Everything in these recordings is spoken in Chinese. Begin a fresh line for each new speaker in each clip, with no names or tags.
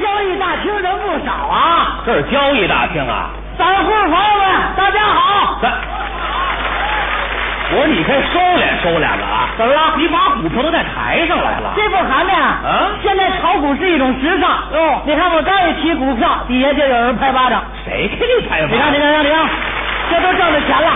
交易大厅人不少啊，
这是交易大厅啊！
散户朋友们，大家好。
咱，我说你该收敛收敛了啊！
怎么了
你把虎扑都带抬上来了。
这不寒碜啊！
啊
现在炒股是一种时尚
哦
你看我刚一提股票，底下就有人拍巴掌。
谁给你抬
你看，你看，你看，你看，这都挣着钱了，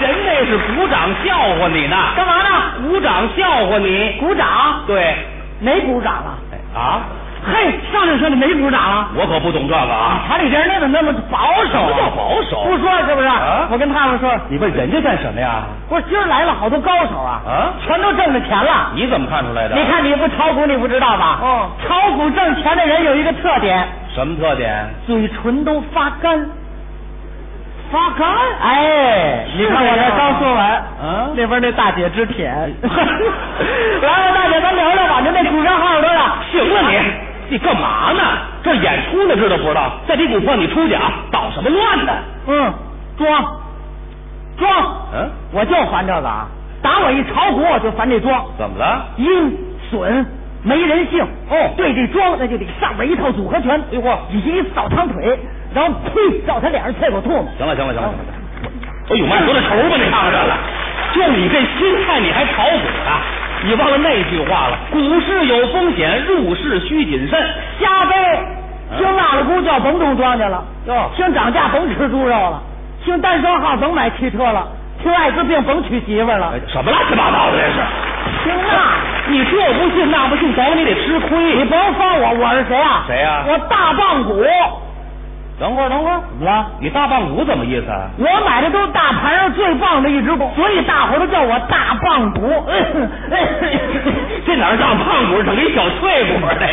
人那是鼓掌笑话你呢，
干嘛呢？
鼓掌笑话你。
鼓掌？
对，
没鼓掌了？
哎啊，
嘿，上来说你没鼓掌了？
我可不懂这个啊。
厂里人你怎么那么保守、
什
啊？
么叫保守
不说是不是？
啊
我跟他们说，
你问人家干什么呀？
我今儿来了好多高手啊，
啊
全都挣着钱了。
你怎么看出来的？
你看你不炒股你不知道吧？
哦
炒股挣钱的人有一个特点，
什么特点？
嘴唇都发干。发干？哎，你看我
是这样
这
吗
刚说完，
啊
那边那大姐之 舔。来了，大姐，咱聊聊吧，您那股票号有多少？
行了你，你干嘛呢？这演出呢，知道不知道？再提股票你出去啊，捣什么乱呢？
嗯，装，装。
嗯，
我就烦这个啊！打我一炒股，我就烦这庄，
怎么了？
阴损没人性。
哦
对这庄那就得上边一套组合拳，哎呦一扫堂腿，然后呸，照他脸上啐口唾沫。
行了行了行了行了，哎呦妈，你说这头发你看看这了，就你这心态，你还炒股呢？你忘了那句话了，股市有风险，入市需谨慎。
瞎掰，听辣了姑叫甭种庄稼了，
哟
听涨价甭吃猪肉了，听单双号甭买汽车了，听艾滋病甭娶媳妇儿了
哎，什么乱七八糟的这是？
听那。
你这不信那不信，等会儿你得吃亏。
你甭说我，我是谁啊？
谁啊
我大棒骨，
等会儿等会儿，怎么了？你大棒骨怎么意思啊？
我买的都是大盘上最棒的一只股，所以大伙都叫我大棒骨。
哎 这哪儿大胖股，整一小脆股儿这个。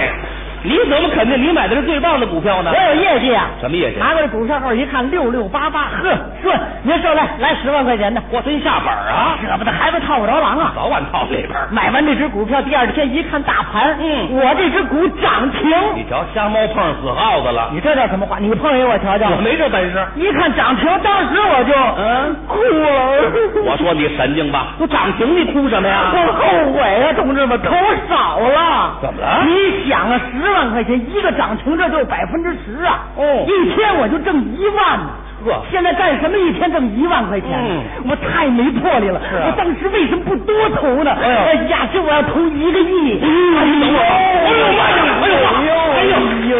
你怎么肯定你买的是最棒的股票呢？
我有业绩啊！
什么业绩
拿过来股票号一看，六六八八，呵，顺，您受来来十万块钱的，
我真下本儿啊，
舍不得孩子套不着狼啊！
早晚套里边儿。
买完这只股票，第二天一看大盘，
嗯
我这只股涨
你
停。
瞧，瞎猫碰上死耗子了。
你这叫什么话？你碰一我瞧瞧。
我没这本事。
一看涨停，当时我就
嗯
哭了。
我说你神经吧，都涨停你哭什么呀？
我后悔啊，同志们，投少了。
怎么了
你想啊，十万块钱一个涨停，这就百分之十啊。
哦
一天我就挣一万呢。
呵
现在干什么一天挣一万块钱？
嗯
我太没魄力了。
是啊
我当时为什么不多投呢？
哎呦
呀，这我要投一个亿。哎
哎呦哎呦慢着呢哎呦
哎
哎呦
呦，哎呦。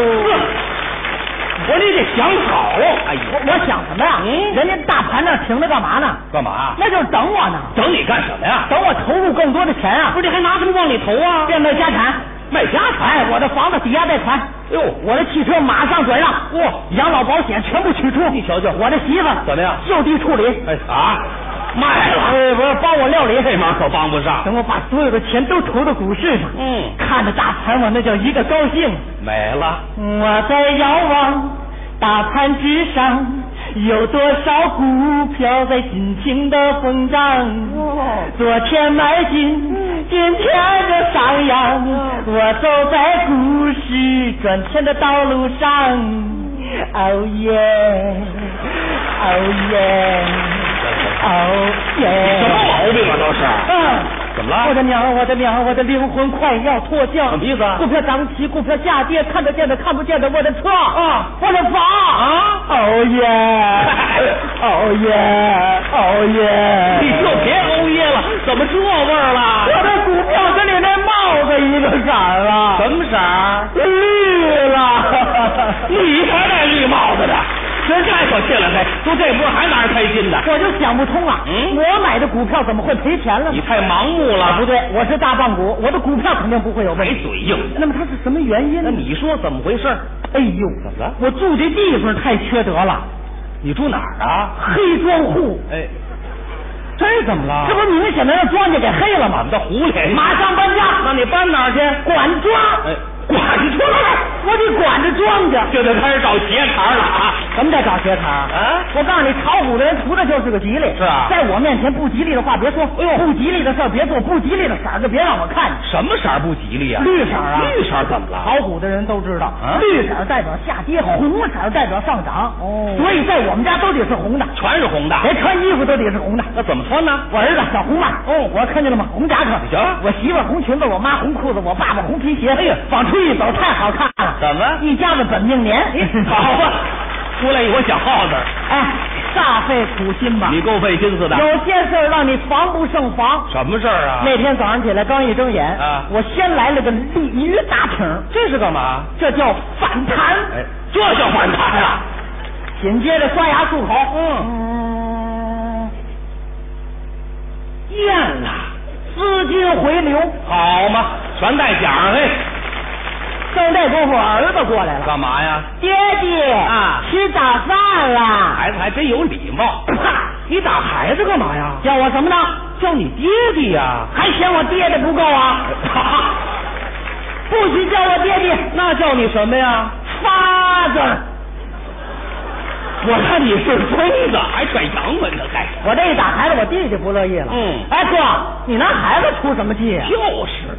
我说你得想好。哎呦，
我我想什么呀？
嗯
人家大盘那停着干嘛呢？
干嘛？
那就是等我呢，
等你干什么呀？
等我投入更多的钱啊！
不是你还拿什么往里投啊？
变卖家产，
卖家产
哎，我的房子抵押贷款，
哎呦，
我的汽车马上转让，
哇
养老保险全部取出。
你瞧瞧
我的媳妇儿
怎么样
就地处理，
哎啊，卖了。
哎，不是帮我料理。
这忙可帮不上。
等我把所有的钱都投到股市上，
嗯
看着大盘我那叫一个高兴。
没了。
我在遥望大盘之上，有多少股票在尽情的疯涨？昨天买进，今天又上扬。我走在股市赚钱的道路上，哦耶，哦耶，哦耶。
什么毛病啊？都是。
嗯，
怎么了
我的娘，我的娘，我的灵魂快要脱缰。
什么意思啊
股票涨起，股票下跌，看得见的，看不见的，我的车
啊，
我的房啊，哦 耶，哦耶，哦耶，
哎你就别欧耶了，怎么这味儿
我
了？
的股票跟你那帽子一个色儿啊，
什么色儿？
绿 了。
你才戴绿帽子呢！真太可气了，嘿，都这波还拿着开心的，
我就想不通啊，
嗯
我买的股票怎么会赔钱了
你
呢？
太盲目
啊
了，
不对，我是大棒股，我的股票肯定不会有问
没
题。
嘴硬。
那么它是什么原因
那
呢？
你说怎么回事？
哎呦，
怎么了
我住这地方太缺德 了，
你住哪儿啊？
黑庄户，
哎，这怎么了
这
这
不
不
是明显的让庄稼给黑了
我
吗
们？的狐狸？
马上搬家，
那你搬哪儿去？
管庄，
哎，管住！
我得管着庄稼，
这就开始找鞋茬了啊！
什么叫找鞋茬儿
啊
我告诉你，炒股的人图的就是个吉利。
是啊
在我面前不吉利的话别说，
哎呦
不吉利的事儿别做，不吉利的色儿就别让我看见。
什么色儿不吉利啊？
绿色儿啊
绿色儿怎么了？
炒股的人都知道，
啊
绿色儿代表下跌，红色儿代表上涨。
哦
所以在我们家都得是红的，
全是红的。
连穿衣服都得是红的。
那怎么穿呢？
我儿子小红帽，哦，我看见了吗？红夹克，
行
我媳妇儿红裙子，我妈红裤子，我爸爸红皮鞋。哎呀，往出一走，太好看了。
怎么？哎
一家子本命年。
好啊吧， 出来有个小耗子，
哎，煞费苦心吧。
你够费心思的。
有些事儿让你防不胜防。
什么事儿啊？
那天早上起来刚一睁眼，
啊
我先来了个鲤鱼打挺，
这是干嘛？
这叫反弹。
哎，这叫反弹 啊！
紧接着刷牙漱口，嗯，
厌了，
资金回流。
好嘛，全带奖儿嘿。
正这功夫，儿子过来了，
干嘛呀？
爹爹
啊
吃早饭了。
孩子还真有礼貌。
啪！
你打孩子干嘛呀
叫我什么呢？
叫你爹爹呀、
还嫌我爹爹不够啊？ 不许叫我爹爹
那叫你什么呀？
，father。
我看你是疯子，还拽洋文呢，还
我这一打孩子，我弟弟不乐意了。
嗯
哎哥，你拿孩子出什么气啊？
就是，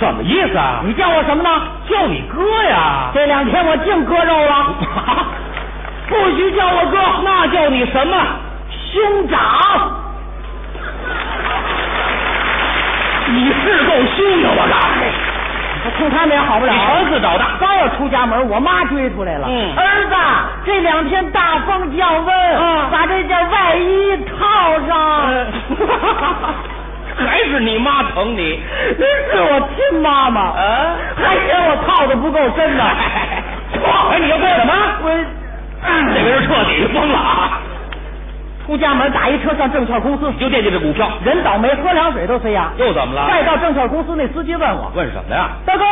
怎么意思啊？
你叫我什么呢？
叫你哥呀？
这两天我净割肉啊了，
不许叫我哥，那叫你什么？
兄长。
你是够凶的，我告诉你。
我冲他们也好不了。
儿子找大，
刚要出家门，我妈追出来了。
嗯
儿子，这两天大风降温，
嗯
把这件外衣套上。
呃还是你妈疼你？
是我亲妈妈，
啊
还嫌我套的不够深 呢。
哎，你要干什么？
我
这个人彻底疯了啊！
出家门打一车上证券公司，
你就惦记这股票，
人倒霉，喝凉水都塞牙。
又怎么
再
了？
到证券公司，那司机问我
问什么呀？：“
大哥，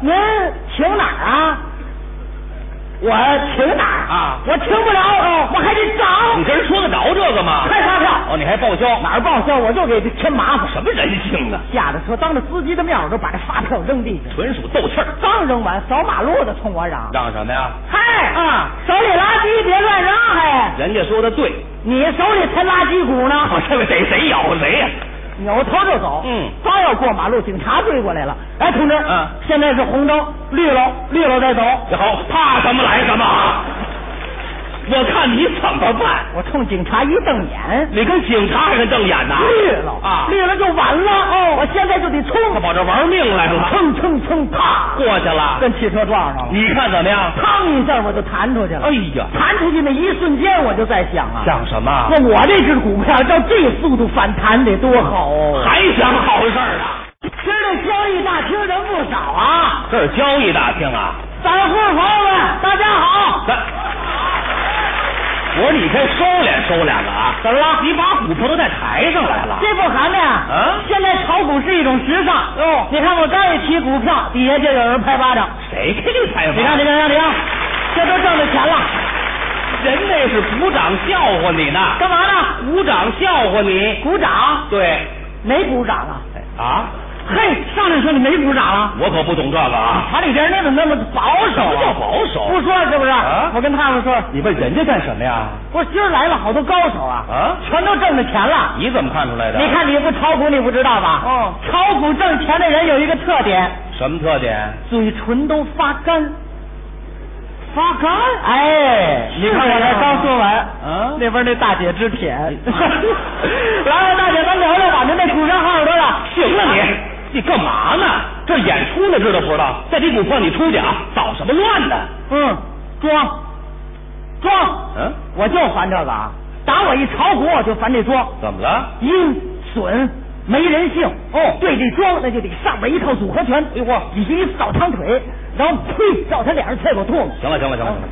您请哪儿啊？”我请哪儿啊
啊
我请不了，我还得找。
你跟人说得着这个吗？
开发票
哦，你还报销？
哪儿报销我就给添麻烦。
什么人性啊？
下了车，当着司机的面，我就把这发票扔地上，
纯属斗气儿。
刚扔完，扫马路的冲我嚷
嚷什么呀？：“
嗨啊，手里垃圾别乱扔，嘿，
人家说的对，
你手里才垃圾股呢
我这个逮谁咬谁呀、
扭头就走。
嗯
刚要过马路，警察追过来了。哎，同志，
嗯
现在是红灯，绿了，绿了再走。
这好，怕什么来什么啊！我看你怎么办？
我冲警察一瞪眼，
你跟警察还是瞪眼呐？
绿了
啊！
绿了就完了。嗯哦，哎我现在就得冲，
他跑这玩命来了，
蹭蹭蹭，啪，
过去了。
跟汽车撞上了。
你看怎么样？
砰一下我就弹出去了。
哎呀，
弹出去那一瞬间，我就在想啊，
想什么？
那我这只股票照这速度反弹得多好哦！
还想好事儿啊？
今儿这交易大厅人不少啊，
这是交易大厅啊！
散户朋友们，大家好。
咱，我说你该收敛收敛了啊！
哎怎么了哎
你把股票都带台上来了？
这不含的呀？
啊
现在炒股是一种时尚
哦
你看我刚一提股票，底下就有人拍巴掌。
谁给你采访？
你看，你看，你看，你看，这都挣着钱了，
人那是鼓掌笑话你呢，
干嘛呢？
鼓掌笑话你。
鼓掌？
对，
没鼓掌啊？
啊，
嘿，上来说你没鼓掌啊？
我可不懂这个啊。
厂里边你怎么那么保守
什么叫
啊？
保守？
不说了是不是？
啊
我跟他们说，
你问人家干什么呀？
不是今儿来了好多高手啊，
啊
全都挣着钱了。
你怎么看出来的？
你看你不炒股你不知道吧？
哦
炒股挣钱的人有一个特点，
什么特点？
嘴唇都发干。发干？哎，你看我才刚说完，
啊
那边那大姐直 舔。来，大姐，咱聊聊吧，您那股票号是多少？
行了你，你干嘛呢？这演出呢，知道不知道？在这股票你出去啊，捣什么乱呢？
嗯，装，装。
嗯，
我就烦这个啊！打我一炒股，我就烦这庄，
怎么了？
阴损没人性。
哦
对这庄那就得上边一套组合拳，哎呦底下一扫堂腿，然后呸，照他脸上啐口唾沫。
行了，行了，行了，行了。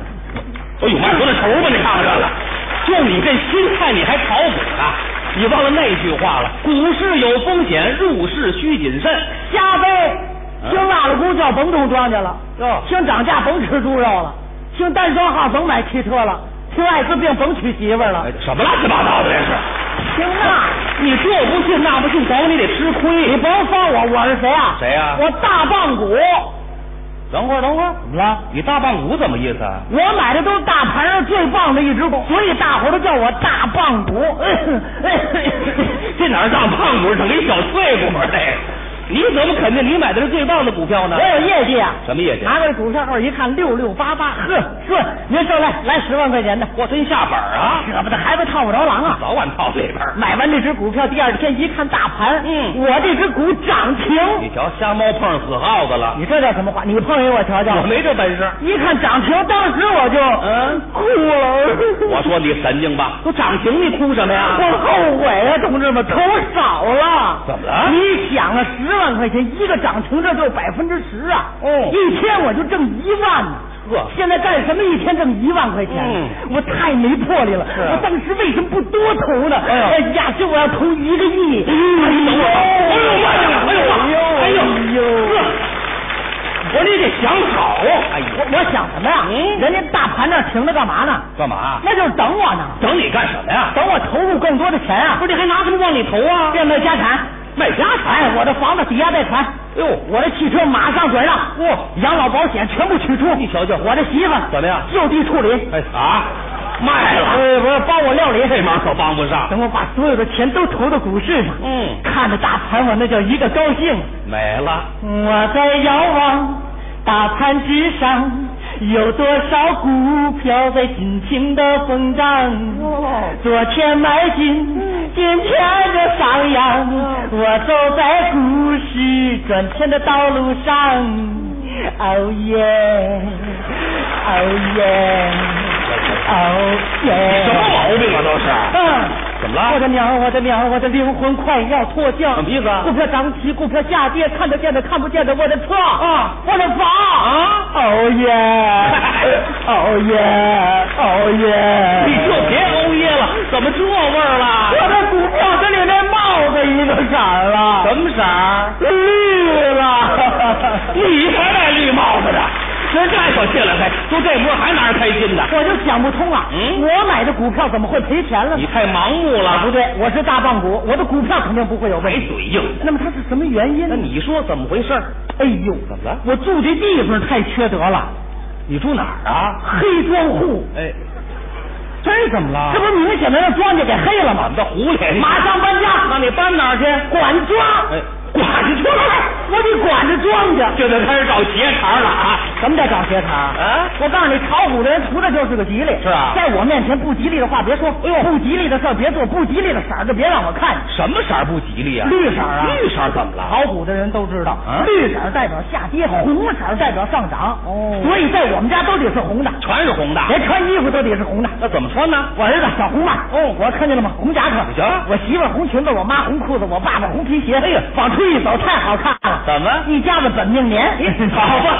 哎呦妈，说的愁吧，你看看这个，就你这心态，你还炒股啊？你忘了那句话了？股市有风险，入市需谨慎。
瞎掰，
嗯
听辣了公叫甭种庄稼了，
哟
听涨价甭吃猪肉了，听单双号甭买汽车了，听艾滋病甭娶媳妇儿了
哎，什么乱七八糟的这是？
听那。
你这不信那不信，等你得吃
你
亏。
甭说我，我是谁啊？
谁啊
我大棒骨，
等会儿，等会儿，怎么了？你大棒骨怎么意思啊？
我买的都是大盘上最棒的一只股，所以大伙儿都叫我大
哎
棒骨。
啊这哪儿大胖骨，整一小脆骨儿这个。你怎么肯定你买的是最棒的股票呢
我？有业绩啊！
什么业绩？
拿过来股票号一看，六六八八，呵，呵，您说来来十万块钱的，
我真下本儿啊！
舍不得孩子套不着狼啊！
早晚套里边儿。
买完这只股票，第二天一看大盘，
嗯
我这只股涨
你
停，
瞧，瞎猫碰上死耗子了，
你这叫什么话？你碰一个我瞧瞧
我。没这本事。
一看涨停，当时我就
嗯
哭了。
我说你神经吧，都涨停你哭什么呀？
我后悔啊，同志们，投少了。
怎么了
你想啊，十万块钱一个涨停，这就百分之十啊。
哦
一天我就挣一万呢。
呵
现在干什么一天挣一万块钱？
嗯
我太没魄力了。
是啊
我当时为什么不多投呢？
哎呦
呀，这我要投一个亿。
哎呦我哎呦我哎呦我
哎呦，
哎呦呵我说你得想好。哎
我我想什么呀？
嗯啊
人家大盘那儿停着干嘛呢？
干嘛？
那就是等我呢，
等你干什么呀？
等我投入更多的钱啊。
啊不是你还拿什么往里投啊？
变卖家产，
卖家产
哎，我的房子抵押贷款，
哎呦，
我的汽车马上转让，
哇
养老保险全部取出。
你瞧瞧
我的媳妇儿
怎么样
就地处理，
哎啊，卖了，
呃，不是帮我料理。
这忙可帮不上。
等我把所有的钱都投到股市上，
嗯
看着大盘我那叫一个高兴。
没了，
我在遥望大盘之上，有多少股票在尽情的疯涨？昨天买进，今天就上扬。我走在股市赚钱的道路上，哦耶，哦耶，哦耶。
什么毛病啊都是？
嗯，
怎么了
我的娘，我的娘，我的灵魂快要脱缰。
什么意思啊
股票涨起，股票下跌，看得见的，看不见的，我的车
啊，
我的房啊，哦耶， 哦耶，哦耶！
你就别欧耶了，怎么这味儿
我
了？
的股票跟你那帽子一个色儿了，
么色儿？
绿了？
你才戴 绿帽子呢！人家可进来才，就这模还拿着开心 的。
我就想不通啊，
嗯
我买的股票怎么会赔钱了呢
你？太盲目了，
不对，我是大棒股，我的股票肯定不会有问
没
题。
嘴硬的。
那么它是什么原因
那
呢？
你说怎么回事儿？
哎呦，
怎么了
我住这地方太缺德了，
你住哪儿啊？
黑庄户，
哎，这怎么了
这不是明显的让庄稼给黑了
我
吗
们？的狐狸，
马上搬家，
哎那你搬哪儿去？
管庄，
哎，管去了，
我得管着庄稼。
这就开始找鞋茬了啊！
什么叫找鞋茬儿？
啊
我告诉你，炒股的人图的就是个吉利。
是啊
在我面前不吉利的话别说，
哎呦
不吉利的事儿别做，不吉利的色儿就别让我看见。
什么色儿不吉利啊？
绿色儿啊
绿色儿怎么了？
炒股的人都知道，
啊
绿色儿代表下跌，红色儿代表上涨。
哦
所以在我们家都得是红的，
全是红的，
连穿衣服都得是红的。
那怎么穿呢？
我儿子小红帽，哦，我看见了吗？红夹克，
行
我媳妇儿红裙子，我妈红裤子，我爸爸红皮鞋。哎呀，往出一走，太好看了。
怎么哎
一家子本命年。
好吧，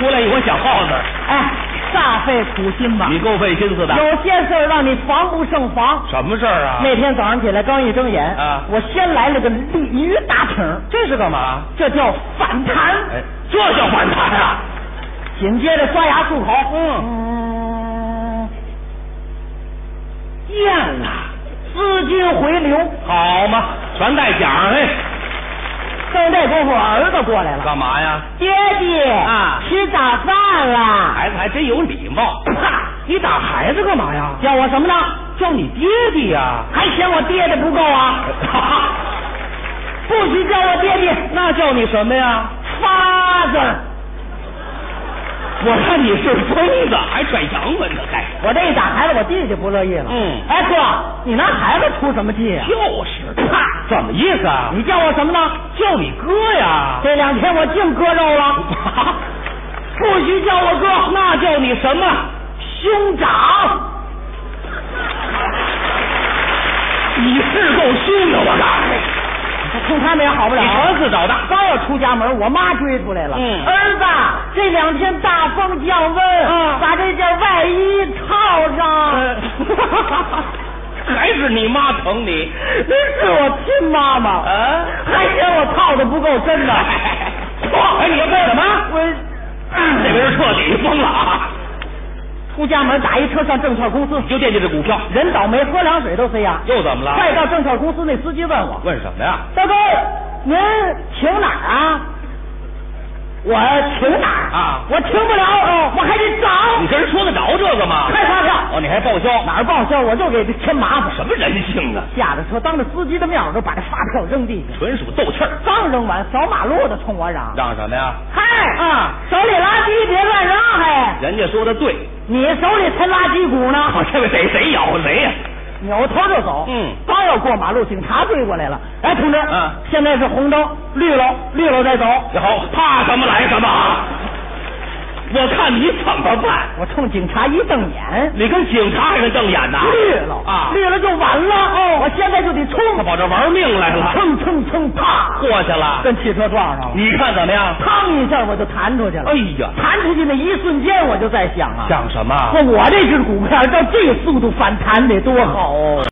出来一窝小耗子，
哎，煞费苦心吧。
你够费心思的。
有些事儿让你防不胜防。
什么事儿啊？
那天早上起来刚一睁眼，
啊
我先来了个鲤鱼打挺，
这是干嘛？
这叫反弹。
哎，这叫反弹啊！
紧接着刷牙漱口，
嗯，
嗯，见了，
啊
资金回流。
好嘛，全带奖儿哎。
正这功夫，儿子过来了。
干嘛呀？
爹爹
啊
吃早饭了，
孩子还真有礼貌。
啪！
你打孩子干嘛呀？
叫我什么呢？
叫你爹爹呀、
还嫌我爹的不够啊？
哈哈，
不许叫我爹爹
那叫你什么呀？
，father。
我看你是疯子，还拽洋文呢，还
我这一打孩子，我弟弟不乐意了。
嗯
哎哥，你拿孩子出什么气啊？
就 是啪，怎么意思啊？
你叫我什么呢？
叫你哥呀？
这两天我净割肉了，不许叫我哥，
那叫你什么？
兄长。
你是够凶的，我告诉你。
听他们也好不了。
你儿子找的
刚要出家门，我妈追出来了。
嗯
儿子，这两天大风降温，
嗯
把这件外衣套上。
还是你妈疼你？
真是我亲妈妈，
啊
还嫌我套的不够深呢。
哎，你要干什么？
我
这个人彻底疯了啊！
出家门打一车上证券公司
你，就惦记这股票，
人倒霉，喝凉水都塞牙。
又怎么了？
快到证券公司，那司机问我
问什么呀？：“
大哥，您停哪儿啊？”我停哪儿
啊哦
我停不了，我还得找。
你跟人说得着这个吗？
太发票，
哦，你还报销？
哪儿报销我就给他添麻烦。
什么人性啊？
吓得说当着司机的面，我就把这发票扔地下，
纯属斗气儿。
刚扔完，扫马路的冲我嚷
嚷什么呀？：“
嗨啊，手里垃圾别乱扔！嘿，
人家说的对，
你手里才垃圾股呢
我这个逮谁咬谁呀、
扭头就走。
嗯
刚要过马路，警察追过来了。哎，同志，
嗯
现在是红灯，绿了，绿了再走。
然后怕什么来什么啊，我看你怎么办？
我冲警察一瞪眼，
你跟警察还能瞪眼呐？
绿了
啊！
绿了就完了。哦，我现在就得冲，
他跑这玩命来了，
蹭蹭蹭，啪，
过去了。
啊跟汽车撞上了，
你看怎么样？
砰一下我就弹出去了。
哎呀，
弹出去那一瞬间，我就在想啊，
想什么？
说我这只骨片照这速度反弹得多好哦。